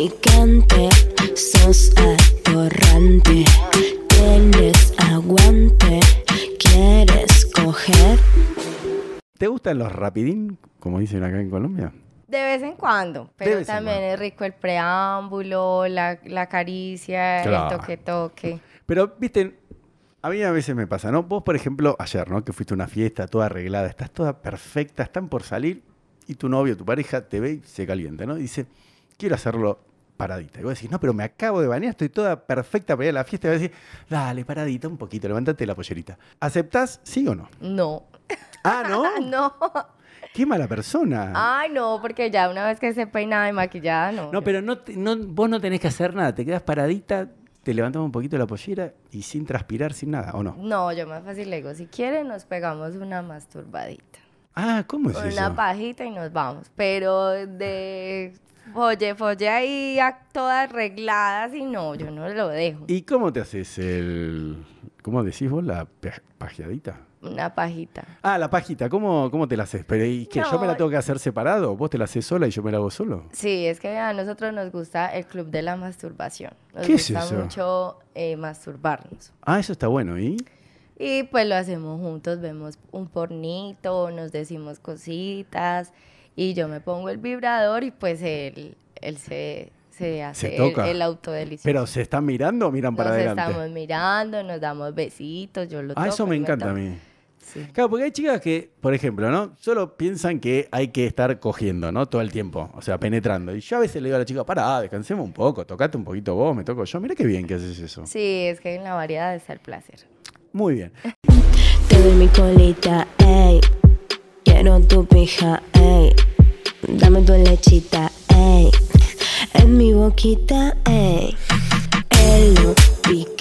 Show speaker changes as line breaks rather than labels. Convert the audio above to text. atorrante, sos atorrante. Tienes aguante, quieres coger.
¿Te gustan los rapidín, como dicen acá en Colombia?
De vez en cuando, pero
vez en
también
cuando.
es rico el preámbulo, la, la caricia,
Claro.
el toque-toque.
Pero, viste, a mí a veces me pasa, ¿no? Vos, por ejemplo, ayer, ¿no? Que fuiste a una fiesta toda arreglada, estás toda perfecta, están por salir y tu novio, tu pareja te ve y se calienta, ¿no? Dice, quiero hacerlo paradita. Y vos decís, no, pero me acabo de bañar, estoy toda perfecta para ir a la fiesta. Y vos decís, dale, paradita un poquito, levántate la pollerita. ¿Aceptás, sí o no?
No.
Ah, ¿no? Ah,
No.
Qué mala persona.
Ay, no, porque ya una vez que se peinada y maquillada, no.
No, pero no, te- no- vos no tenés que hacer nada, te quedas paradita, te levantás un poquito la pollera y sin transpirar, sin nada, ¿o no?
No, yo más fácil le digo, si quieren nos pegamos una masturbadita.
Ah, ¿cómo es
Una
eso?
pajita y nos vamos. Pero de folle, folle ahí a toda arreglada, si no, yo no lo dejo.
¿Y cómo te haces el. ¿Cómo decís vos? La pe- pajeadita.
Una pajita.
Ah, la pajita, ¿cómo, cómo te la haces? Pero ¿y qué? ¿Yo me la
No.
tengo que hacer separado? ¿Vos te la haces sola y yo me la hago solo?
Sí, es que a nosotros nos gusta el club de la masturbación. Nos
¿Qué es
gusta
eso?
mucho eh, masturbarnos.
Ah, eso está bueno, ¿y?
Y pues lo hacemos juntos, vemos un pornito, nos decimos cositas y yo me pongo el vibrador y pues él, él se, se hace el-
toca.
el, auto delicioso.
¿Pero se están mirando o miran para
nos
adelante?
estamos mirando, nos damos besitos, yo lo
Ah, eso
toco,
me
él
encanta a
toca.
mí.
Sí.
Claro, porque hay chicas que, por ejemplo, ¿no? Solo piensan que hay que estar cogiendo, ¿no? Todo el tiempo, o sea, penetrando. Y yo a veces le digo a la chica, pará, descansemos un poco, tocate un poquito vos, me toco yo. Mira qué bien que haces eso.
Sí, es que en la variedad está el placer.
Muy bien.
Te doy mi colita, ey. Quiero tu pija, ey. Dame tu lechita, ey. En mi boquita, ey. Elo, pica.